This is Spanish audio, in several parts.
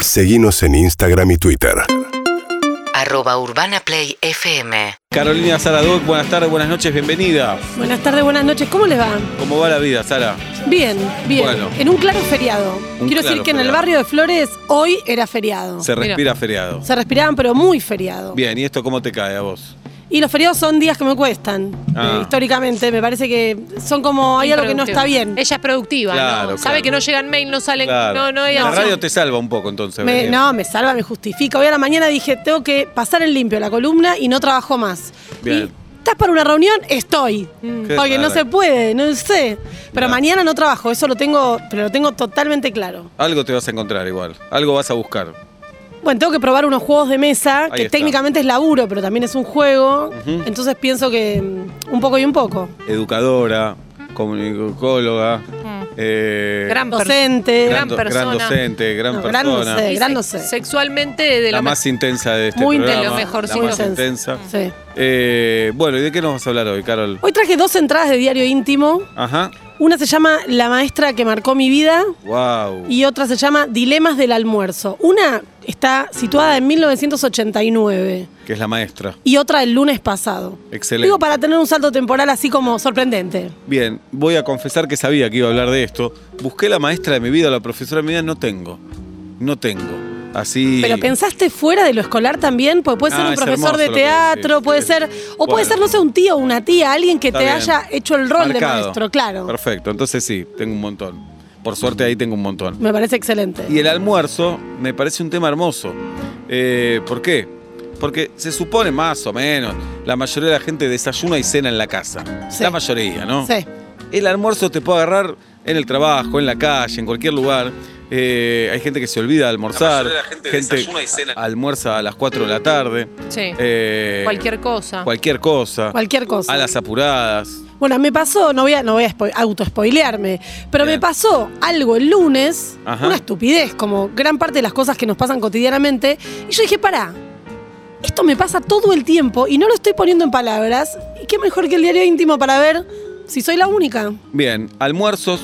Seguimos en Instagram y Twitter. arroba urbanaplayfm Carolina Saraduc, buenas tardes, buenas noches, bienvenida. Buenas tardes, buenas noches. ¿Cómo les va? ¿Cómo va la vida, Sara? Bien, bien. Bueno. En un claro feriado. Un Quiero claro decir que en el feriado. barrio de Flores hoy era feriado. Se respira feriado. Se respiraban, pero muy feriado. Bien, ¿y esto cómo te cae a vos? Y los feriados son días que me cuestan. Ah. eh, históricamente, me parece que son como hay algo que no está bien. Ella es productiva, Claro, ¿no? Sabe claro. que no llegan mail, no salen. No, no, ella la no. radio te salva un poco entonces. Me- Belén. no, me salva, me justifica. Hoy a la mañana dije, tengo que pasar en limpio la columna y no trabajo más. Bien. Y, ¿Estás para una reunión? Estoy. Qué Porque no rara. se puede, no sé. Pero Claro. mañana no trabajo, eso lo tengo, pero lo tengo totalmente claro. Algo te vas a encontrar igual, algo vas a buscar. Bueno, tengo que probar unos juegos de mesa, Ahí que está. técnicamente es laburo, pero también es un juego. Entonces pienso que mm, un poco y un poco. Educadora, comunicóloga, eh, Mm. Gran per- Docente. gran do- gran persona. docente, gran No, gran persona. docente. Dice, gran no sé. Sexualmente de, La lo más intensa de este Muy intensa, programa. lo mejor, la sí, más lo- Mm. intensa. Sí. Eh, bueno, ¿y de qué nos vas a hablar hoy, Carol? Hoy traje dos entradas de diario íntimo. Ajá. Una se llama La maestra que marcó mi vida Wow. y otra se llama Dilemas del almuerzo. Una está situada en 1989 Que es la maestra. y otra el lunes pasado. Excelente. Digo, para tener un salto temporal así como sorprendente. Bien, voy a confesar que sabía que iba a hablar de esto. Busqué la maestra de mi vida, la profesora de mi vida, no tengo. No tengo. Así. Pero pensaste fuera de lo escolar también, porque puede ser Ah, un es profesor hermoso de lo que teatro, decís. puede Sí. ser, o Bueno. puede ser, no sé, un tío o una tía, alguien que Está te bien. haya hecho el rol Marcado. de maestro, claro. Perfecto, entonces sí, tengo un montón. Por suerte ahí tengo un montón. Me parece excelente. Y el almuerzo me parece un tema hermoso. Eh, ¿Por qué? Porque se supone más o menos, la mayoría de la gente desayuna y cena en la casa. Sí. La mayoría, ¿no? Sí. El almuerzo te puede agarrar en el trabajo, en la calle, en cualquier lugar. Eh, hay gente que se olvida de almorzar. mayoría de la gente desayuna y cena. almuerza a las 4 de la tarde. Sí. Eh, Cualquier cosa. cualquier cosa. Cualquier cosa. A las apuradas. Bueno, me pasó, no voy a, no voy a spo- autospoilearme, pero Bien. me pasó algo el lunes, Ajá. una estupidez, como gran parte de las cosas que nos pasan cotidianamente, y yo dije, pará, esto me pasa todo el tiempo y no lo estoy poniendo en palabras, y qué mejor que el diario íntimo para ver si soy la única. Bien, almuerzos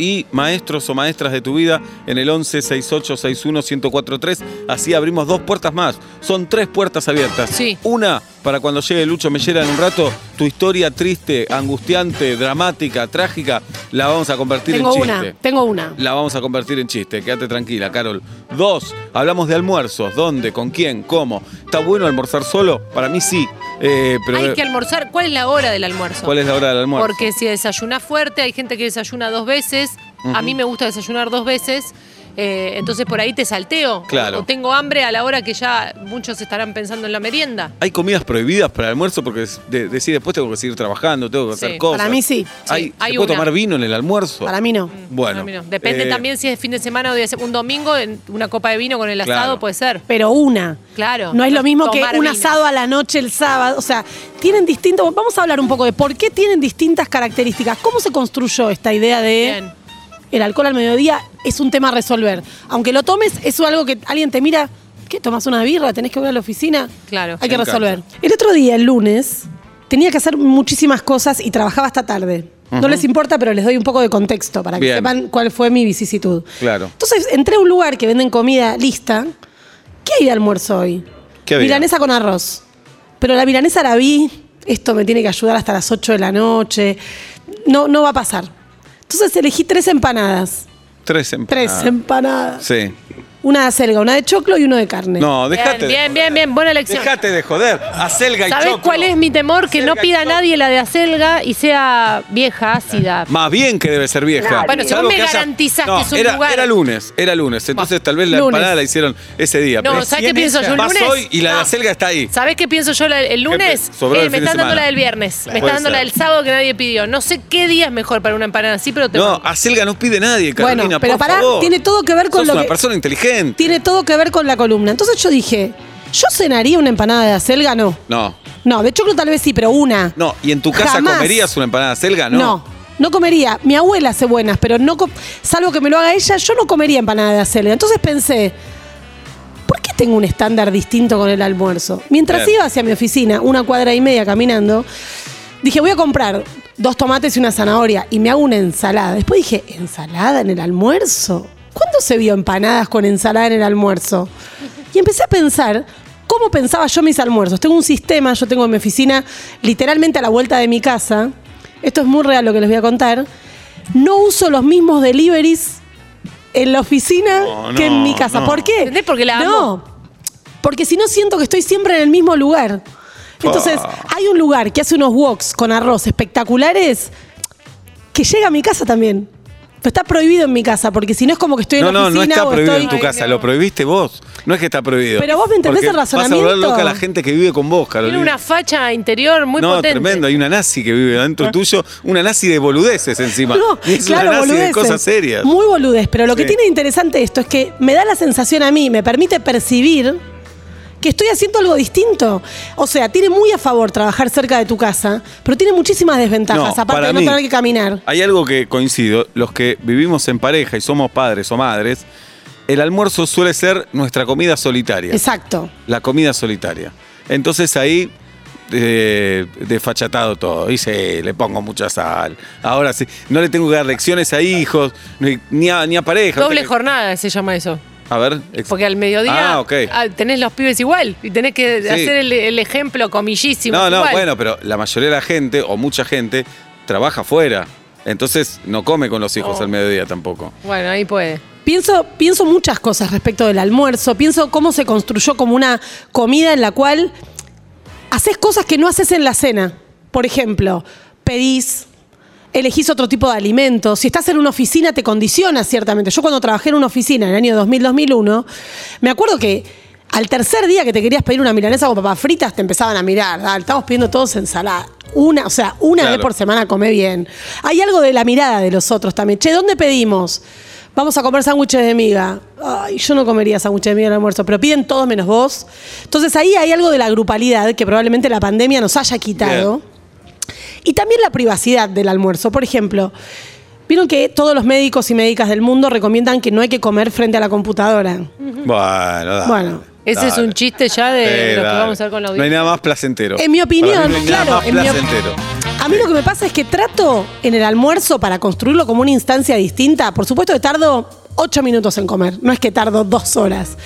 y maestros o maestras de tu vida en el 11 68 61 1043. Así abrimos dos puertas más. Son tres puertas abiertas. Sí. Una para cuando llegue Lucho Mellera en un rato, tu historia triste, angustiante, dramática, trágica, la vamos a convertir Tengo en una, chiste. tengo una. La vamos a convertir en chiste, quédate tranquila, Carol. Dos, hablamos de almuerzos, dónde, con quién, cómo. ¿Está bueno almorzar solo? Para mí sí. Eh, pero Hay que almorzar. ¿Cuál es la hora del almuerzo? ¿Cuál es la hora del almuerzo? Porque si desayunás fuerte, hay gente que desayuna dos veces. A mí me gusta desayunar dos veces. eh, entonces por ahí te salteo. Claro. O tengo hambre a la hora que ya muchos estarán pensando en la merienda. Hay comidas prohibidas para el almuerzo porque es- de- decís después tengo que seguir trabajando, tengo que Sí. hacer cosas. Para mí sí. Hay, Sí, hay ¿se puede una. tomar vino en el almuerzo? Para mí no. Bueno. No, mira, Ah, Depende eh, también si es fin de semana o día de se- un domingo, en una copa de vino con el asado Claro. puede ser. Pero una. Claro. No es lo mismo que Tomar un vino. asado a la noche el sábado. O sea, tienen distintos. Vamos a hablar un poco de por qué tienen distintas características. ¿Cómo se construyó esta idea de Bien. el alcohol al mediodía es un tema a resolver? Aunque lo tomes, es algo que alguien te mira. ¿Qué? ¿Tomas una birra? ¿Tenés que volver a la oficina? Claro. Hay que Me encanta. resolver. El otro día, el lunes, tenía que hacer muchísimas cosas y trabajaba hasta tarde. No les importa, pero les doy un poco de contexto para que Bien. sepan cuál fue mi vicisitud. Claro. Entonces entré a un lugar que venden comida lista. ¿Qué hay de almuerzo hoy? ¿Qué había? Milanesa con arroz. Pero la milanesa la vi. Esto me tiene que ayudar hasta las 8 de la noche. No, no va a pasar. Entonces elegí tres empanadas. Tres empanadas. Tres empanadas. Ah. Sí. Una de acelga, una de choclo y uno de carne. No, Bien, dejate. de bien, joder. bien, bien, buena elección. Dejate de joder. Acelga y ¿Sabés choclo. cuál es mi temor? Que no Acelga y pida choclo. nadie la de acelga y sea vieja, ácida. Más bien que debe ser vieja. Claro. Bueno, si vos Salvo me que haya- garantizaste No, es un era, lugar. Era lunes, era lunes. Entonces tal vez la Lunes. empanada la hicieron ese día. No, pero ¿sabés si qué en pienso esa yo? El Vas lunes- hoy y la de No. acelga está ahí. ¿Sabés qué pienso yo la- el lunes? Empe- sobró Eh, el me fin de están dando semana. la del viernes. Me Puede están dando la ser. del sábado que nadie pidió. No sé qué día es mejor para una empanada así, pero te No, ah, acelga no pide nadie, Carolina, Bueno, pero por pará, favor. tiene todo que ver con Sos lo una que- persona inteligente. Tiene todo que ver con la columna. Entonces yo dije, ¿yo cenaría una empanada de acelga? No. No. No, de choclo tal vez sí, pero una. No, ¿y en tu casa Jamás. comerías una empanada selga? No. No. no. comería. Mi abuela hace buenas, pero no co- salvo que me lo haga ella, yo no comería empanada de acelga. Entonces pensé, ¿por qué tengo un estándar distinto con el almuerzo? Mientras Bien. iba hacia mi oficina, una cuadra y media caminando, dije, voy a comprar dos tomates y una zanahoria y me hago una ensalada. Después dije, ¿ensalada en el almuerzo? ¿cuándo se vio empanadas con ensalada en el almuerzo? Y empecé a pensar cómo pensaba yo mis almuerzos. Tengo un sistema, yo tengo mi oficina literalmente a la vuelta de mi casa. Esto es muy real lo que les voy a contar. No uso los mismos deliveries en la oficina No, que en no, mi casa. no. ¿Por qué? ¿Entendés? Porque la No, amo. porque si no siento que estoy siempre en el mismo lugar. Entonces, Ah. hay un lugar que hace unos woks con arroz espectaculares que llega a mi casa también. Pero está prohibido en mi casa, porque si no es como que estoy No, en la no, no oficina está o prohibido estoy. en tu Ay, casa, no. lo prohibiste vos. No es que está prohibido. Pero vos me entendés Porque el Vas a volver razonamiento. loca a la gente que vive con vos, Carolina. Tiene una facha interior muy no, potente. Ah. tremendo, hay una nazi que vive adentro tuyo, una nazi de boludeces encima. No, Y es claro, una nazi de boludeces. cosas serias. Muy boludez, pero lo que Sí. tiene de interesante esto es que me da la sensación a mí, me permite percibir que estoy haciendo algo distinto. O sea, tiene muy a favor trabajar cerca de tu casa, pero tiene muchísimas desventajas, No, aparte para de no mí, tener que caminar. Hay algo que coincido, los que vivimos en pareja y somos padres o madres, el almuerzo suele ser nuestra comida solitaria. Exacto. La comida solitaria. Entonces ahí eh, desfachatado todo. Dice, le pongo mucha sal. Ahora sí, no le tengo que dar lecciones a hijos, ni ni a, ni a pareja. Doble No tengo- jornada se llama eso. A ver. ex- Porque al mediodía Ah, ok. ah, tenés los pibes igual y tenés que Sí. hacer el, el ejemplo comillísimo. No, no, igual. bueno, pero la mayoría de la gente, o mucha gente, trabaja fuera. Entonces no come con los hijos No. al mediodía tampoco. Bueno, ahí puede. Pienso, pienso muchas cosas respecto del almuerzo, pienso cómo se construyó como una comida en la cual haces cosas que no haces en la cena. Por ejemplo, pedís, elegís otro tipo de alimentos. Si estás en una oficina te condiciona ciertamente. Yo cuando trabajé en una oficina en el año 2000-2001, me acuerdo que al tercer día que te querías pedir una milanesa con papas fritas te empezaban a mirar, "Dale, estamos pidiendo todos ensalada. Una, o sea, una Claro. vez por semana come bien. Hay algo de la mirada de los otros también. Che, ¿dónde pedimos? Vamos a comer sándwiches de miga. Ay, yo no comería sándwiches de miga en el almuerzo, pero piden todos menos vos. Entonces ahí hay algo de la grupalidad que probablemente la pandemia nos haya quitado. Bien. Y también la privacidad del almuerzo. Por ejemplo, vieron que todos los médicos y médicas del mundo recomiendan que no hay que comer frente a la computadora. Bueno, dale. Bueno. Eh, Ese es Dale. un chiste ya de Sí, lo que dale. vamos a hacer con la No hay audiencia. nada más placentero. En mi Para mí opinión, no hay claro. Nada más en mi op- placentero. a mí lo que me pasa es que trato en el almuerzo para construirlo como una instancia distinta. Por supuesto que tardo ocho minutos en comer, no es que tardo dos horas.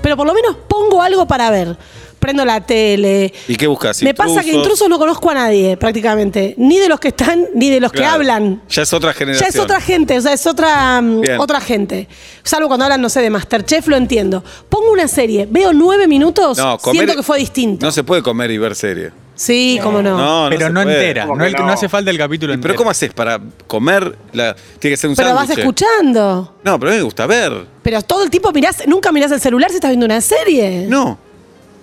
Pero por lo menos pongo algo para ver. Prendo la tele. ¿Y qué buscas? Me pasa que intrusos no conozco a nadie, prácticamente. Ni de los que están, ni de los que Claro. hablan. Ya es otra Ya generación. es otra gente, o sea, es otra, mm, Bien. otra gente. Salvo cuando hablan, no sé, de Masterchef, lo entiendo. Pongo una serie, veo nueve minutos, No, comer- siento que fue distinto. No se puede comer y ver serie. sí, cómo no. No, no pero se no puede. entera. No, el- no hace falta el capítulo ¿Y entero. ¿Pero cómo haces para comer? La... Tiene que ser un pero vas sándwich. escuchando. No, pero a mí me gusta ver. Pero todo el tiempo mirás, nunca mirás el celular si estás viendo una serie. No.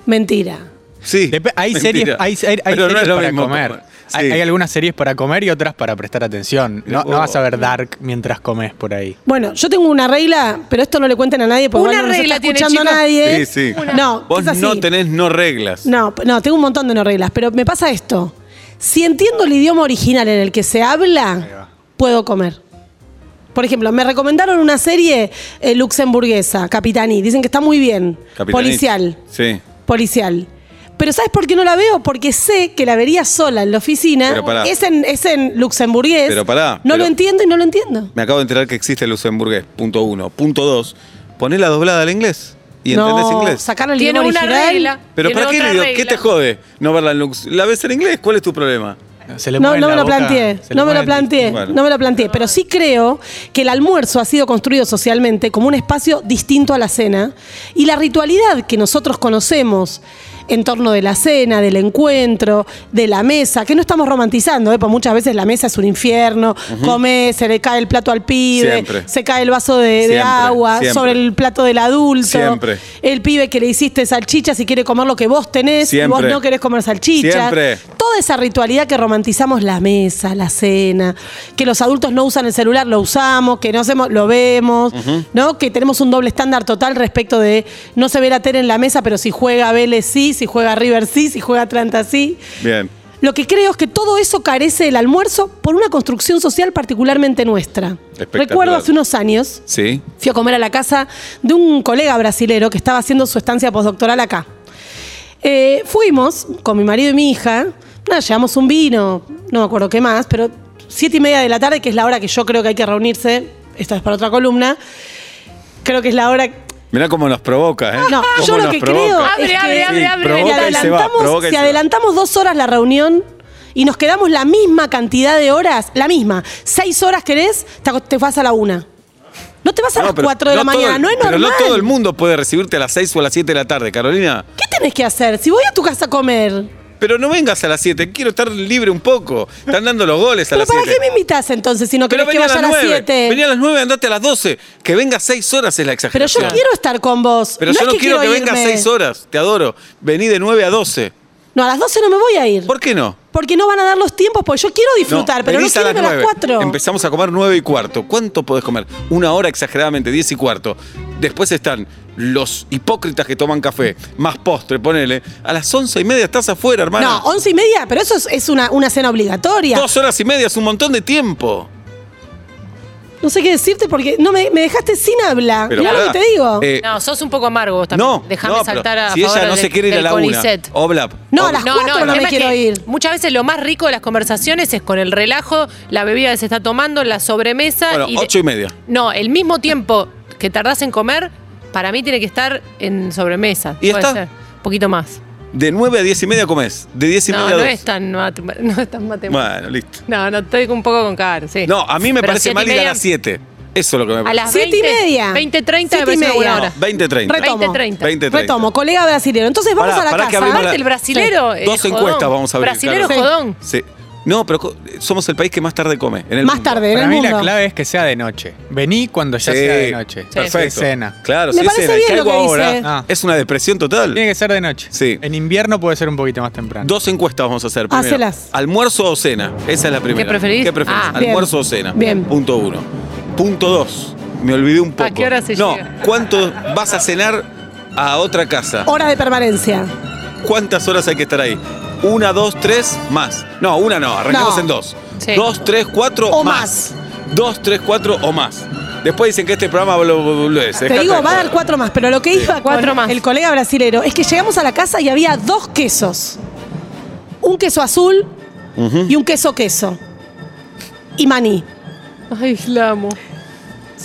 Mentira. Sí. Depe- hay Mentira. series, hay, hay- hay Pero no series es lo para mismo comer. Sí. Hay, hay algunas series para comer y otras para prestar atención. No, no vas a ver Dark mientras comes por ahí. Bueno, yo tengo una regla, pero esto no le cuenten a nadie porque Una igual no nos regla está tiene, escuchando chicos. nadie. Sí, sí. Una. No, Vos es así. no tenés no reglas. No, p- no, tengo un montón de no reglas, pero me pasa esto. Si entiendo el idioma original en el que se habla, puedo comer. Por ejemplo, me recomendaron una serie eh, luxemburguesa, Capitani. Dicen que está muy bien. Capitanich. Policial. Sí. Policial. Pero ¿sabes por qué no la veo? Porque sé que la vería sola en la oficina. Pero pará. Es en, es en luxemburgués. Pero pará, No pero- lo entiendo y no lo entiendo. Me acabo de enterar que existe el luxemburgués. Punto uno. Punto dos. Poné la doblada al inglés. ¿Y entendés no, inglés? sacar el Tiene idioma una original. regla. Pero Tiene ¿para qué, otra le digo? regla. ¿Qué te jode no verla en lux? ¿La ves en inglés? ¿Cuál es tu problema? Se le No, mueve no me la lo boca, planteé, se le no me mueve lo el- planteé, bueno. no me lo planteé, pero sí creo que el almuerzo ha sido construido socialmente como un espacio distinto a la cena y la ritualidad que nosotros conocemos en torno de la cena, del encuentro, de la mesa, que no estamos romantizando, ¿eh? porque muchas veces la mesa es un infierno, come, se le cae el plato al pibe, Siempre. se cae el vaso de, de Siempre, agua siempre. sobre el plato del adulto, Siempre. el pibe que le hiciste salchichas y quiere comer lo que vos tenés y Siempre. vos no querés comer salchichas. Siempre. Toda esa ritualidad que romantizamos la mesa, la cena, que los adultos no usan el celular, lo usamos, que no hacemos, lo vemos, ¿no? Que tenemos un doble estándar total respecto de no se ve la tele en la mesa, pero si juega Vélez sí, si juega River sí, si juega Atlanta sí. Bien. Lo que creo es que todo eso carece del almuerzo por una construcción social particularmente nuestra. Espectacular. Recuerdo hace unos años, Sí. fui a comer a la casa de un colega brasilero que estaba haciendo su estancia postdoctoral acá. Eh, fuimos con mi marido y mi hija, nada, llevamos un vino, no me acuerdo qué más, pero siete y media de la tarde, que es la hora que yo creo que hay que reunirse, esta es para otra columna. creo que es la hora. Mirá cómo nos provoca, ¿eh? No, Cómo yo lo nos que provoca. creo Abre, es que abre, abre, si abre. provoca si y se va, adelantamos, provoca y si se va. adelantamos dos horas la reunión y nos quedamos la misma cantidad de horas, la misma, seis horas querés, te, aco- te vas a la una. No te vas a No, las pero cuatro de la no todo mañana, el- no es normal. Pero no todo el mundo puede recibirte a las 6 o a las 7 de la tarde, Carolina. ¿Qué tenés que hacer? Si voy a tu casa a comer, Pero no vengas a las 7, quiero estar libre un poco. Están dando los goles a ¿pero las para 7. qué me invitas entonces si no Pero querés que venía a vaya las a las 9. siete? Venía a las 9, andate a las 12. Que venga 6 horas es la Pero yo exageración. quiero estar con vos. Pero no yo es no que quiero que irme. vengas 6 horas, te adoro. Vení de 9 a 12. No, a las 12 no me voy a ir. ¿Por qué no? Porque no van a dar los tiempos, porque yo quiero disfrutar, pero no venís quiero que a las nueve. 4. Empezamos a comer 9 y cuarto. ¿Cuánto podés comer? Una hora exageradamente, 10 y cuarto. Después están los hipócritas que toman café, más postre, ponele. A las 11 y media estás afuera, hermano. No, once y media, pero eso es, es una, una cena obligatoria. Dos horas y media es un montón de tiempo. No sé qué decirte porque no me, me dejaste sin hablar. Pero Mirá lo pará, que te digo. eh, No, sos un poco amargo vos también. no, Déjame no, pero saltar a si favor ella no del- se quiere ir a del la una. CONICET. Oblap. No, Ob- a las No, no, cuatro el no me tema es quiero que ir. Muchas veces lo más rico de las conversaciones es con el relajo, la bebida que se está tomando, la sobremesa. Bueno, y de- ocho y media. No, el mismo tiempo que tardás en comer, para mí tiene que estar en sobremesa. ¿Y está? Un poquito más. De 9 a 10 y media comés. De 10 y no, media a no 12. es tan, mat- no es tan matemático. Bueno, listo. No, no, estoy un poco con cara, sí. No, a mí me Pero parece siete y mal ir a media- las 7. Eso es lo que me A parece. las Siete y 20, media. 20, 30 me Siete y parece una buena media. hora. No, 20, 30. Reto. Retomo. 20, 30. 20, 30. Retomo, colega brasilero. Entonces vamos Pará, a la pará que casa. abrimos la- Aparte, el brasilero. eh, Dos jodón. encuestas vamos a abrir. Brasilero claro. jodón. Sí. No, pero co- somos el país que más tarde come. en el Más mundo. tarde, en Para el mí mundo. la clave es que sea de noche. Vení cuando ya sea de noche. Perfecto. Sí, Cena. Claro, Me si es parece cena y bien lo caigo que ahora, dice. Ah. es una depresión total. Tiene que ser de noche. Sí. En invierno puede ser un poquito más temprano. Dos encuestas vamos a hacer. Primero. Hacelas. ¿Almuerzo o cena? Esa es la primera. preferís? ¿Qué preferís? Ah. ¿Almuerzo Bien. o cena? Bien. Punto uno. Punto dos. Me olvidé un poco. qué hora se No, llega? ¿cuánto vas a cenar a otra casa? Hora de permanencia. ¿Cuántas horas hay que estar ahí? Una, dos, tres, más. No, una no, arranquemos No. en dos. Sí. Dos, tres, cuatro, O más. Dos, tres, cuatro o más. Después dicen que este programa blo- blo- blo- es. Te digo, va a dar cuatro más, pero lo que iba Cuatro con más. el colega brasilero es que llegamos a la casa y había dos quesos. Un queso azul y un queso queso. Y maní. Ay, la amo.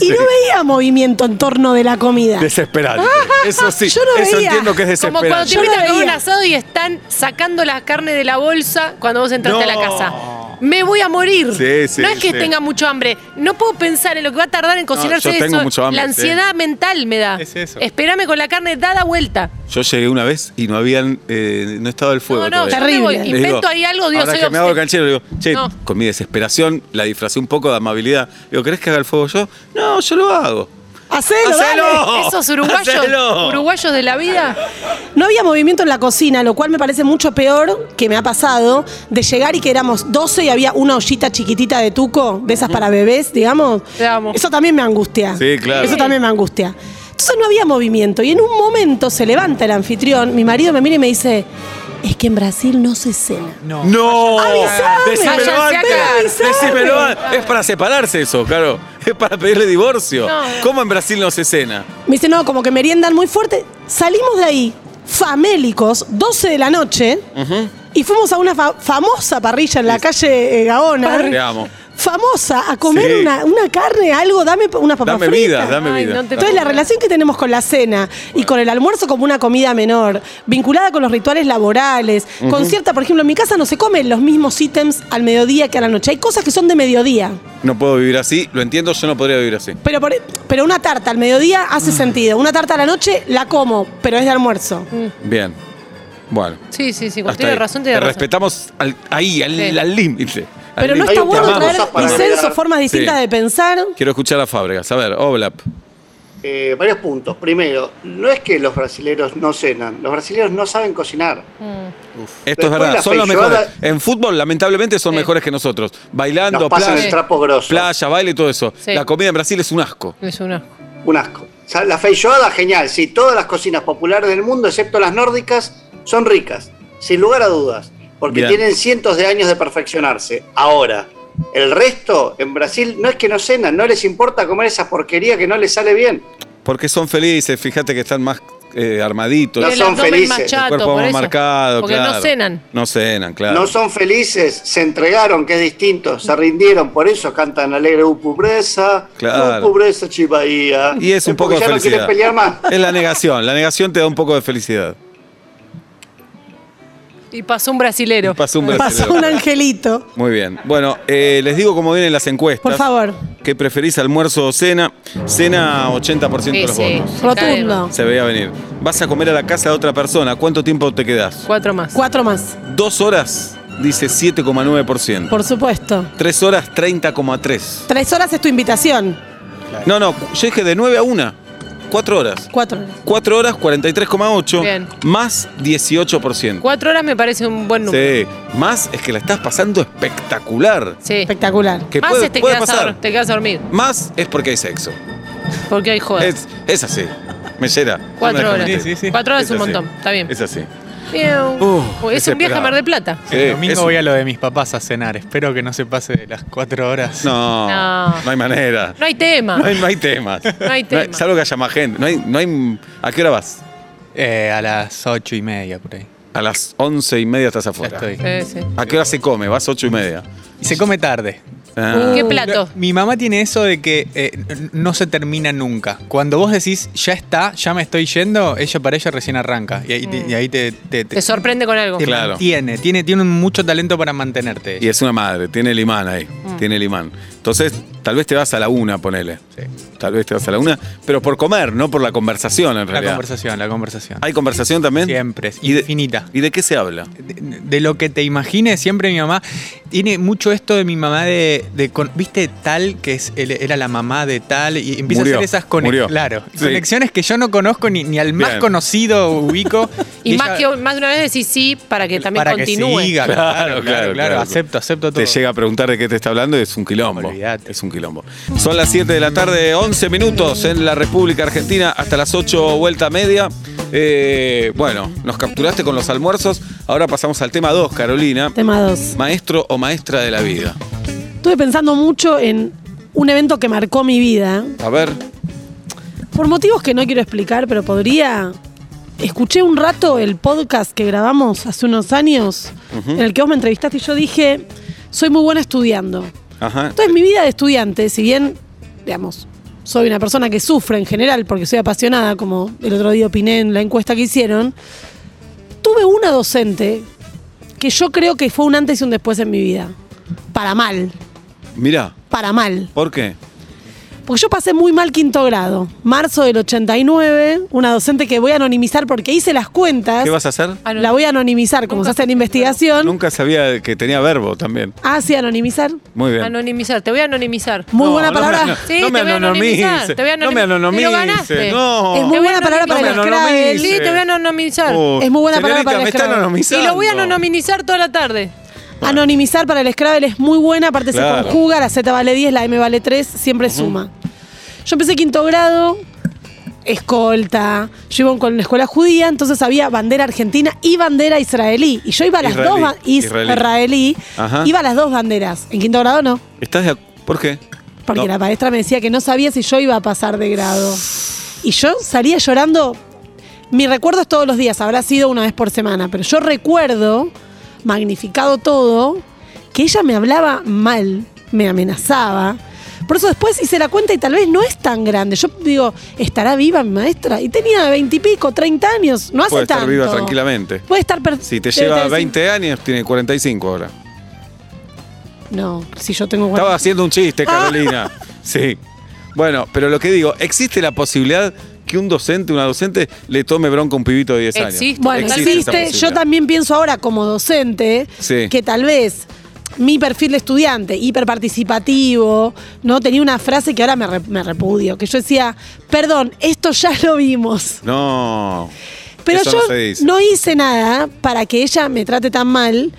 Y no veía movimiento en torno de la comida. Desesperante. Eso sí, Yo no eso veía. entiendo que es Como desesperante. cuando te Yo lo invitan a comer un veía. asado y están sacando la carne de la bolsa cuando vos entraste a la No. casa. Me voy a morir. Sí, sí, no es que sí. tenga mucho hambre. No puedo pensar en lo que va a tardar en cocinarse yo tengo eso. mucho hambre, la sí. ansiedad mental me da. Es eso. Espérame con la carne dada vuelta. Yo llegué una vez y no habían, eh, no estaba el fuego No, no, todavía. yo me voy. Terrible. Le digo, Invento ahí algo, Dios ahora soy que me hago el obsesiva. canchero, le digo, che, No. con mi desesperación la disfracé un poco de amabilidad. Le digo, ¿querés que haga el fuego yo? No, yo lo hago. ¡Hacelo, dale! ¡Hacelo! Esos uruguayos, ¡Hacelo! uruguayos de la vida. No había movimiento en la cocina, lo cual me parece mucho peor que me ha pasado de llegar y que éramos 12 y había una ollita chiquitita de tuco, de esas para bebés, digamos. Te amo. Eso también me angustia. Sí, claro. Eso también me angustia. Entonces no había movimiento y en un momento se levanta el anfitrión, mi marido me mira y me dice, es que en Brasil no se cena. No. ¡No! ¡Avisame! ¡Decímelo Váyanse antes! acá. ¡Decímelo antes! Es para separarse eso, claro. Es para pedirle divorcio. No. ¿Cómo en Brasil no se cena? Me dice, no, como que meriendan muy fuerte. Salimos de ahí, famélicos, 12 de la noche, y fuimos a una fa- famosa parrilla en la calle eh, Gaona. Te amo. famosa a comer Sí. una, una carne, algo, dame pa- una papa Dame frita. vida, dame Ay, vida. no te- Entonces la relación que tenemos con la cena y con el almuerzo como una comida menor, vinculada con los rituales laborales, con cierta, por ejemplo, en mi casa no se comen los mismos ítems al mediodía que a la noche. Hay cosas que son de mediodía, No puedo vivir así, lo entiendo, yo no podría vivir así. pero, por- e, pero una tarta al mediodía hace Mm. sentido. Una tarta a la noche la como, pero es de almuerzo. Bien. Bueno. Sí, sí, sí. hasta Tiene ahí. razón, Te tiene razón. respetamos al- ahí, al Sí. al límite. al Pero no límite. está un bueno tema. traer Cosas para disensos, agregar. formas distintas Sí. de pensar. Quiero escuchar a Fábregas. A ver, Oblap. Eh, varios puntos. Primero, no es que los brasileros no cenan, los brasileros no saben cocinar. Esto es Mm, Después verdad, la son los feijoada- mejores. En fútbol, lamentablemente, son Sí. mejores que nosotros. Bailando, Nos pasan playa, el trapo grosso. playa, baile y todo eso. Sí. La comida en Brasil es un asco. Es un asco. Un asco. O sea, la feijoada, genial. Sí, todas las cocinas populares del mundo, excepto las nórdicas, son ricas, sin lugar a dudas, porque Bien. tienen cientos de años de perfeccionarse. Ahora, el resto en Brasil no es que no cenan, no les importa comer esa porquería que no les sale bien. Porque son felices, fíjate que están más eh, armaditos. No Tienen el el son abdomen felices. más El chato, cuerpo por más eso. marcado, Porque claro. no cenan. No cenan, claro. No son felices, se entregaron, que es distinto, se rindieron, por eso cantan alegre, uh, pobreza, Claro. uh, pobreza, chivaía. Y es un poco de porque ya felicidad. no quieren pelear más. Es la negación. La negación te da un poco de felicidad. Y pasó un brasilero. Pasó un Pasó brasilero. un angelito. Muy bien. Bueno, eh, les digo cómo vienen las encuestas. Por favor. ¿Qué preferís, almuerzo o cena? Cena 80% de Sí, los sí. votos. Rotundo. Se veía venir. Vas a comer a la casa de otra persona. ¿Cuánto tiempo te quedás? Cuatro más. Cuatro más, Dos horas, dice 7,9%. por supuesto. Tres horas, 30,3%. Tres horas es tu invitación. No, no, yo dije de 9 a 1. Cuatro horas. Cuatro horas. Cuatro horas, 43,8. Bien. Más 18%. Cuatro horas me parece un buen número. Sí, más es que la estás pasando espectacular. Sí. Espectacular. Que más puede, es te, puede quedas pasar. A, te quedas a dormir. Más es porque hay sexo. Porque hay joda. Es, es así. Me llena. Cuatro No me horas. dejes Sí, mentir. sí, sí. Cuatro horas es un así. montón. Está bien. Es así. Miau. Uh, es un viaje a desesperado. Mar del Plata. Sí, el domingo es- voy a lo de mis papás a cenar. Espero que no se pase de las cuatro horas. No, no, No. hay manera. No hay tema. No hay, no hay temas. Ah. No hay tema. salvo que haya más gente. No hay, no hay, ¿A qué hora vas? Eh, a las ocho y media por ahí. A las once y media estás Ya afuera. estoy. Sí, sí. ¿A qué hora se come? Vas ocho y media. Y se come tarde. Ah, Uh, ¿Qué plato? Mi mamá tiene eso de que eh, n- no se termina nunca. Cuando vos decís, ya está, ya me estoy yendo, ella para ella recién arranca. Y ahí, Mm. y ahí te, te, Te sorprende con algo. te Claro. mantiene. Tiene, tiene mucho talento para mantenerte. Ah, Y es una madre, tiene el imán ahí, Mm. tiene el imán. Entonces, tal vez te vas a la una, ponele. Tal vez te vas a la una, pero por comer, no por la conversación en la realidad. conversación, la conversación. ¿Hay conversación también? Siempre, es de- infinita. ¿Y de qué se habla? de, de lo que te imagines, siempre mi mamá tiene mucho esto de mi mamá de, de con- viste tal que es él era la mamá de tal y empieza Murió, a hacer esas murió. conexiones, claro, Sí. conexiones que yo no conozco ni, ni al más Bien. conocido ubico Y ella- más, que, más de una vez decís sí para que también para continúe. que siga, claro, claro, claro, claro. acepto, acepto todo. Te llega a preguntar de qué te está hablando y es un quilombo. Olvídate. Es un quilombo. Son las 7 de la tarde, 11 minutos en la República Argentina, hasta las 8 vuelta media. Eh, bueno, nos capturaste con los almuerzos. Ahora pasamos al tema 2, Carolina. Tema dos. Maestro o maestra de la vida. Estuve pensando mucho en un evento que marcó mi vida. A ver, Por motivos que no quiero explicar, pero podría. Escuché un rato el podcast que grabamos hace unos años, en el que vos me entrevistaste y yo dije, soy muy buena estudiando. ajá. Entonces mi vida de estudiante, si bien, digamos, soy una persona que sufre en general porque soy apasionada, como el otro día opiné en la encuesta que hicieron, tuve una docente que yo creo que fue un antes y un después en mi vida. Para mal, Mirá, para mal. ¿por qué? Porque yo pasé muy mal quinto grado. Marzo del 89, una docente que voy a anonimizar porque hice las cuentas. ¿Qué vas a hacer? Ah, no. La voy a anonimizar, como se hace en investigación. Nunca sabía que tenía verbo también. Ah, sí, anonimizar. Muy bien. Anonimizar, te voy a anonimizar. Muy No, buena no me palabra. ano- Sí, no te me voy a anonimizar, anonimices. te voy a No me anonimizar. Te lo anonimices. ganaste. No. Es muy Te voy a buena palabra para los anonimizar. No me craves. anonimices. Sí, te voy a anonimizar. Oh, Es muy buena palabra señorita, para el me están escravo. anonimizando. Y lo voy a anonimizar toda la tarde. Anonimizar para el Scrabble es muy buena, aparte Claro. se conjuga, la Z vale 10, la M vale 3, siempre suma. Yo empecé quinto grado, escolta, yo iba con una escuela judía, entonces había bandera argentina y bandera israelí. Y yo iba a las Israelí, dos ba- is- israelí. israelí, Ajá. iba a las dos banderas. En quinto grado no, ¿Estás de ac- ¿Por qué? porque No. la maestra me decía que no sabía si yo iba a pasar de grado. Y yo salía llorando. Mi recuerdo es todos los días, habrá sido una vez por semana, pero yo recuerdo, magnificado todo, que ella me hablaba mal, me amenazaba. Por eso después hice la cuenta y tal vez no es tan grande. Yo digo, ¿estará viva mi maestra? Y tenía veintipico, treinta años, no hace Puede estar tanto. viva tranquilamente. Puede estar per- Si te debe lleva tener 20 años, tiene 45 ahora. No, si yo tengo Estaba haciendo un Ah. chiste, Carolina. Sí. Bueno, pero lo que digo, ¿existe la posibilidad que un docente, una docente, le tome bronca a un pibito de 10 años? Existe, Bueno, Existe esa existe. Yo posibilidad. también pienso ahora como docente Sí. que tal vez mi perfil de estudiante, hiperparticipativo, ¿no? Tenía una frase que ahora me, re- me repudio, que yo decía, perdón, esto ya lo vimos. No. Pero Eso yo no se dice. no hice nada para que ella me trate tan mal.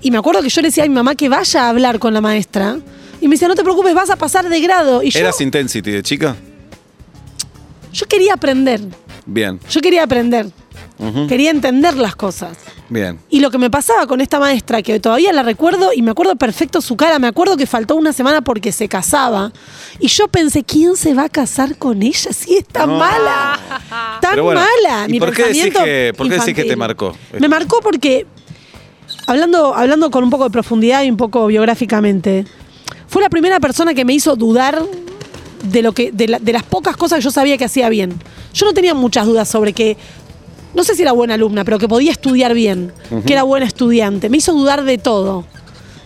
Y me acuerdo que yo le decía a mi mamá que vaya a hablar con la maestra. Y me decía, no te preocupes, vas a pasar de grado. Y yo, ¿Eras intensity de chica? yo quería aprender. Bien. Yo quería aprender. Ujú. Quería entender las cosas. Bien. Y lo que me pasaba con esta maestra, que todavía la recuerdo y me acuerdo perfecto su cara, me acuerdo que faltó una semana porque se casaba. Y yo pensé, ¿quién se va a casar con ella si es tan No. mala? Tan Pero bueno, mala. ¿y Mi por qué decís pensamiento que- por qué decís que te infantil. marcó? Me marcó porque, hablando, hablando con un poco de profundidad y un poco biográficamente, fue la primera persona que me hizo dudar de, lo que, de, la- de las pocas cosas que yo sabía que hacía bien. Yo no tenía muchas dudas sobre que no sé si era buena alumna, pero que podía estudiar bien, que era buena estudiante. Me hizo dudar de todo.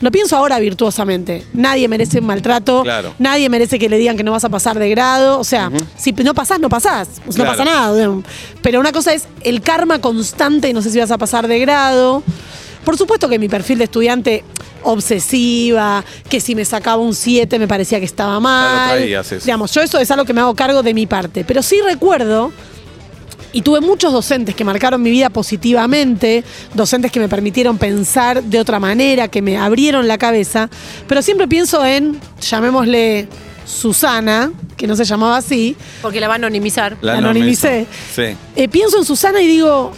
Lo pienso ahora virtuosamente. Nadie merece un maltrato. Claro. Nadie merece que le digan que no vas a pasar de grado. O sea, si no pasás, no pasás. No Claro. pasa nada. digamos. Pero una cosa es el karma constante, no sé si vas a pasar de grado. Por supuesto que mi perfil de estudiante obsesiva, que si me sacaba un 7 me parecía que estaba mal. traías eso. Digamos, yo eso es algo que me hago cargo de mi parte. Pero sí recuerdo y tuve muchos docentes que marcaron mi vida positivamente, docentes que me permitieron pensar de otra manera, que me abrieron la cabeza, pero siempre pienso en, llamémosle Susana, que no se llamaba así, Porque la va a anonimizar. La Anonimicé. Sí. Eh, pienso en Susana y digo,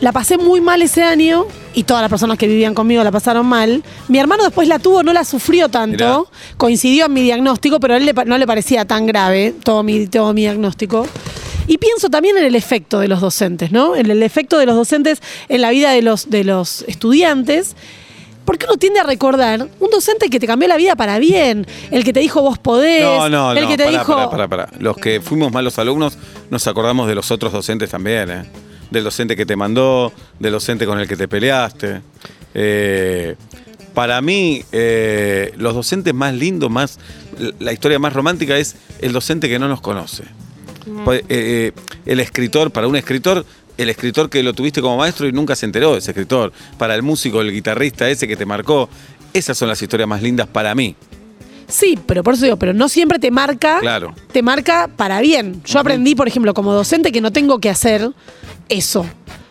la pasé muy mal ese año y todas las personas que vivían conmigo la pasaron mal. Mi hermano después la tuvo, no la sufrió tanto, coincidió en mi diagnóstico, pero a él le pa- no le parecía tan grave todo mi, todo mi diagnóstico. Y pienso también en el efecto de los docentes, ¿no? En el efecto de los docentes en la vida de los, de los estudiantes. Porque uno tiende a recordar un docente que te cambió la vida para bien, el que te dijo vos podés, No, no, el no. que te pará, dijo pará, pará, pará. Los que fuimos malos alumnos nos acordamos de los otros docentes también, ¿eh? Del docente que te mandó, del docente con el que te peleaste. Eh, para mí, eh, los docentes más lindos, más, la historia más romántica es el docente que no nos conoce. Pues, eh, eh, el escritor, para un escritor, el escritor que lo tuviste como maestro y nunca se enteró de ese escritor. Para el músico, el guitarrista ese que te marcó. Esas son las historias más lindas para mí. Sí, pero por eso digo, pero no siempre te marca. Claro. Te marca para bien. Yo aprendí, por ejemplo, como docente que no tengo que hacer eso.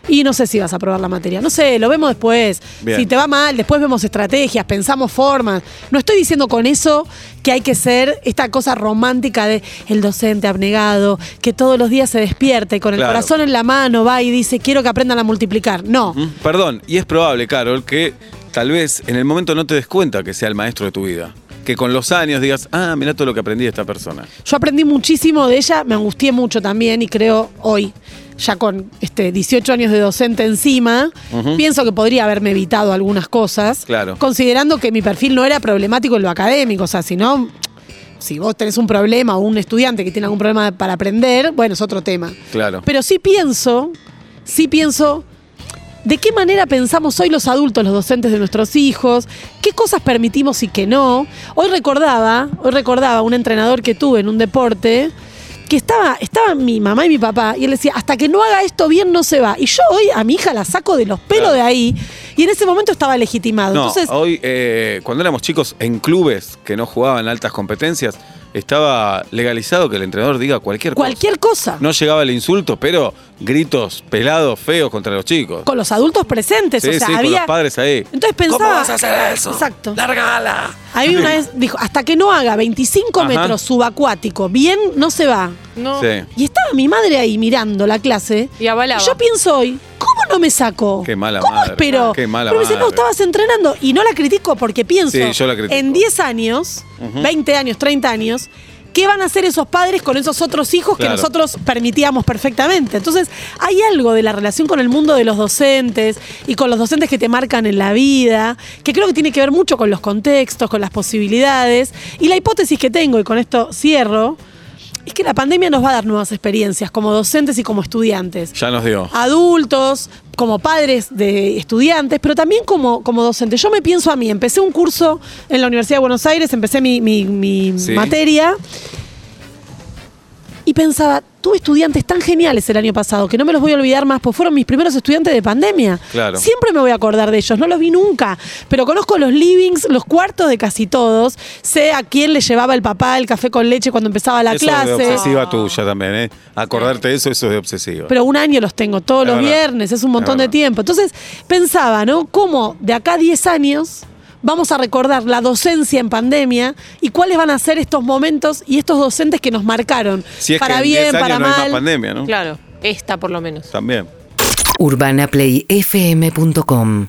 Y no sé si vas a probar la materia. No sé, lo vemos después. Bien. Si te va mal, después vemos estrategias, pensamos formas. No estoy diciendo con eso que hay que ser esta cosa romántica de el docente abnegado, que todos los días se despierte con el Claro. corazón en la mano, va y dice, quiero que aprendan a multiplicar. No. Mm, Perdón, y es probable, Carol, que tal vez en el momento no te des cuenta que sea el maestro de tu vida. Que con los años digas, ah, mirá todo lo que aprendí de esta persona. Yo aprendí muchísimo de ella, me angustié mucho también y creo hoy, ya con este 18 años de docente encima, pienso que podría haberme evitado algunas cosas, Claro. considerando que mi perfil no era problemático en lo académico, o sea, si no, si vos tenés un problema o un estudiante que tiene algún problema para aprender, bueno, es otro tema. Claro. Pero sí pienso, sí pienso, ¿de qué manera pensamos hoy los adultos, los docentes de nuestros hijos? ¿Qué cosas permitimos y qué no? Hoy recordaba, hoy recordaba un entrenador que tuve en un deporte que estaba, estaba mi mamá y mi papá, y él decía, hasta que no haga esto bien no se va. Y yo hoy a mi hija la saco de los pelos de ahí, y en ese momento estaba legitimado. No, Entonces, hoy, eh, cuando éramos chicos en clubes que no jugaban altas competencias, estaba legalizado que el entrenador diga cualquier, cualquier cosa. cosa. No llegaba el insulto, pero gritos pelados, feos contra los chicos. Con los adultos presentes, Sí, o sea, sí, con había. los padres ahí. Entonces pensaba. ¿Cómo vas a hacer eso? Exacto. ¡Largala! Ahí una vez dijo, hasta que no haga 25 Ajá. metros subacuático, bien, no se va. No. Sí, Y estaba mi madre ahí mirando la clase. Y avalaba. yo pienso hoy, ¿cómo no me sacó? Qué mala ¿Cómo madre, esperó? qué mala Pero me dice, no, madre. estabas entrenando. Y no la critico porque pienso, Sí, yo la critico. en 10 años, 20 años, 30 años, ¿qué van a hacer esos padres con esos otros hijos Claro. que nosotros permitíamos perfectamente? Entonces, hay algo de la relación con el mundo de los docentes y con los docentes que te marcan en la vida, que creo que tiene que ver mucho con los contextos, con las posibilidades. Y la hipótesis que tengo, y con esto cierro, es que la pandemia nos va a dar nuevas experiencias como docentes y como estudiantes ya nos dio. adultos, como padres de estudiantes, pero también como, como docente. Yo me pienso a mí, empecé un curso en la Universidad de Buenos Aires, empecé mi, mi- mi Sí. materia y pensaba, tuve estudiantes tan geniales el año pasado que no me los voy a olvidar más, porque fueron mis primeros estudiantes de pandemia. Claro. Siempre me voy a acordar de ellos, no los vi nunca, pero conozco los livings, los cuartos de casi todos, sé a quién le llevaba el papá el café con leche cuando empezaba la eso clase. de obsesiva tuya también, ¿eh? Acordarte de eso, eso es de obsesiva. Pero un año los tengo todos Es los verdad. viernes, es un montón Es de verdad. tiempo. Entonces pensaba, ¿no? ¿Cómo de acá a 10 años vamos a recordar la docencia en pandemia y cuáles van a ser estos momentos y estos docentes que nos marcaron? si es para que en bien, 10 años para no hay más mal. pandemia, ¿no? Claro. Esta por lo menos. También. urbanaplayfm.com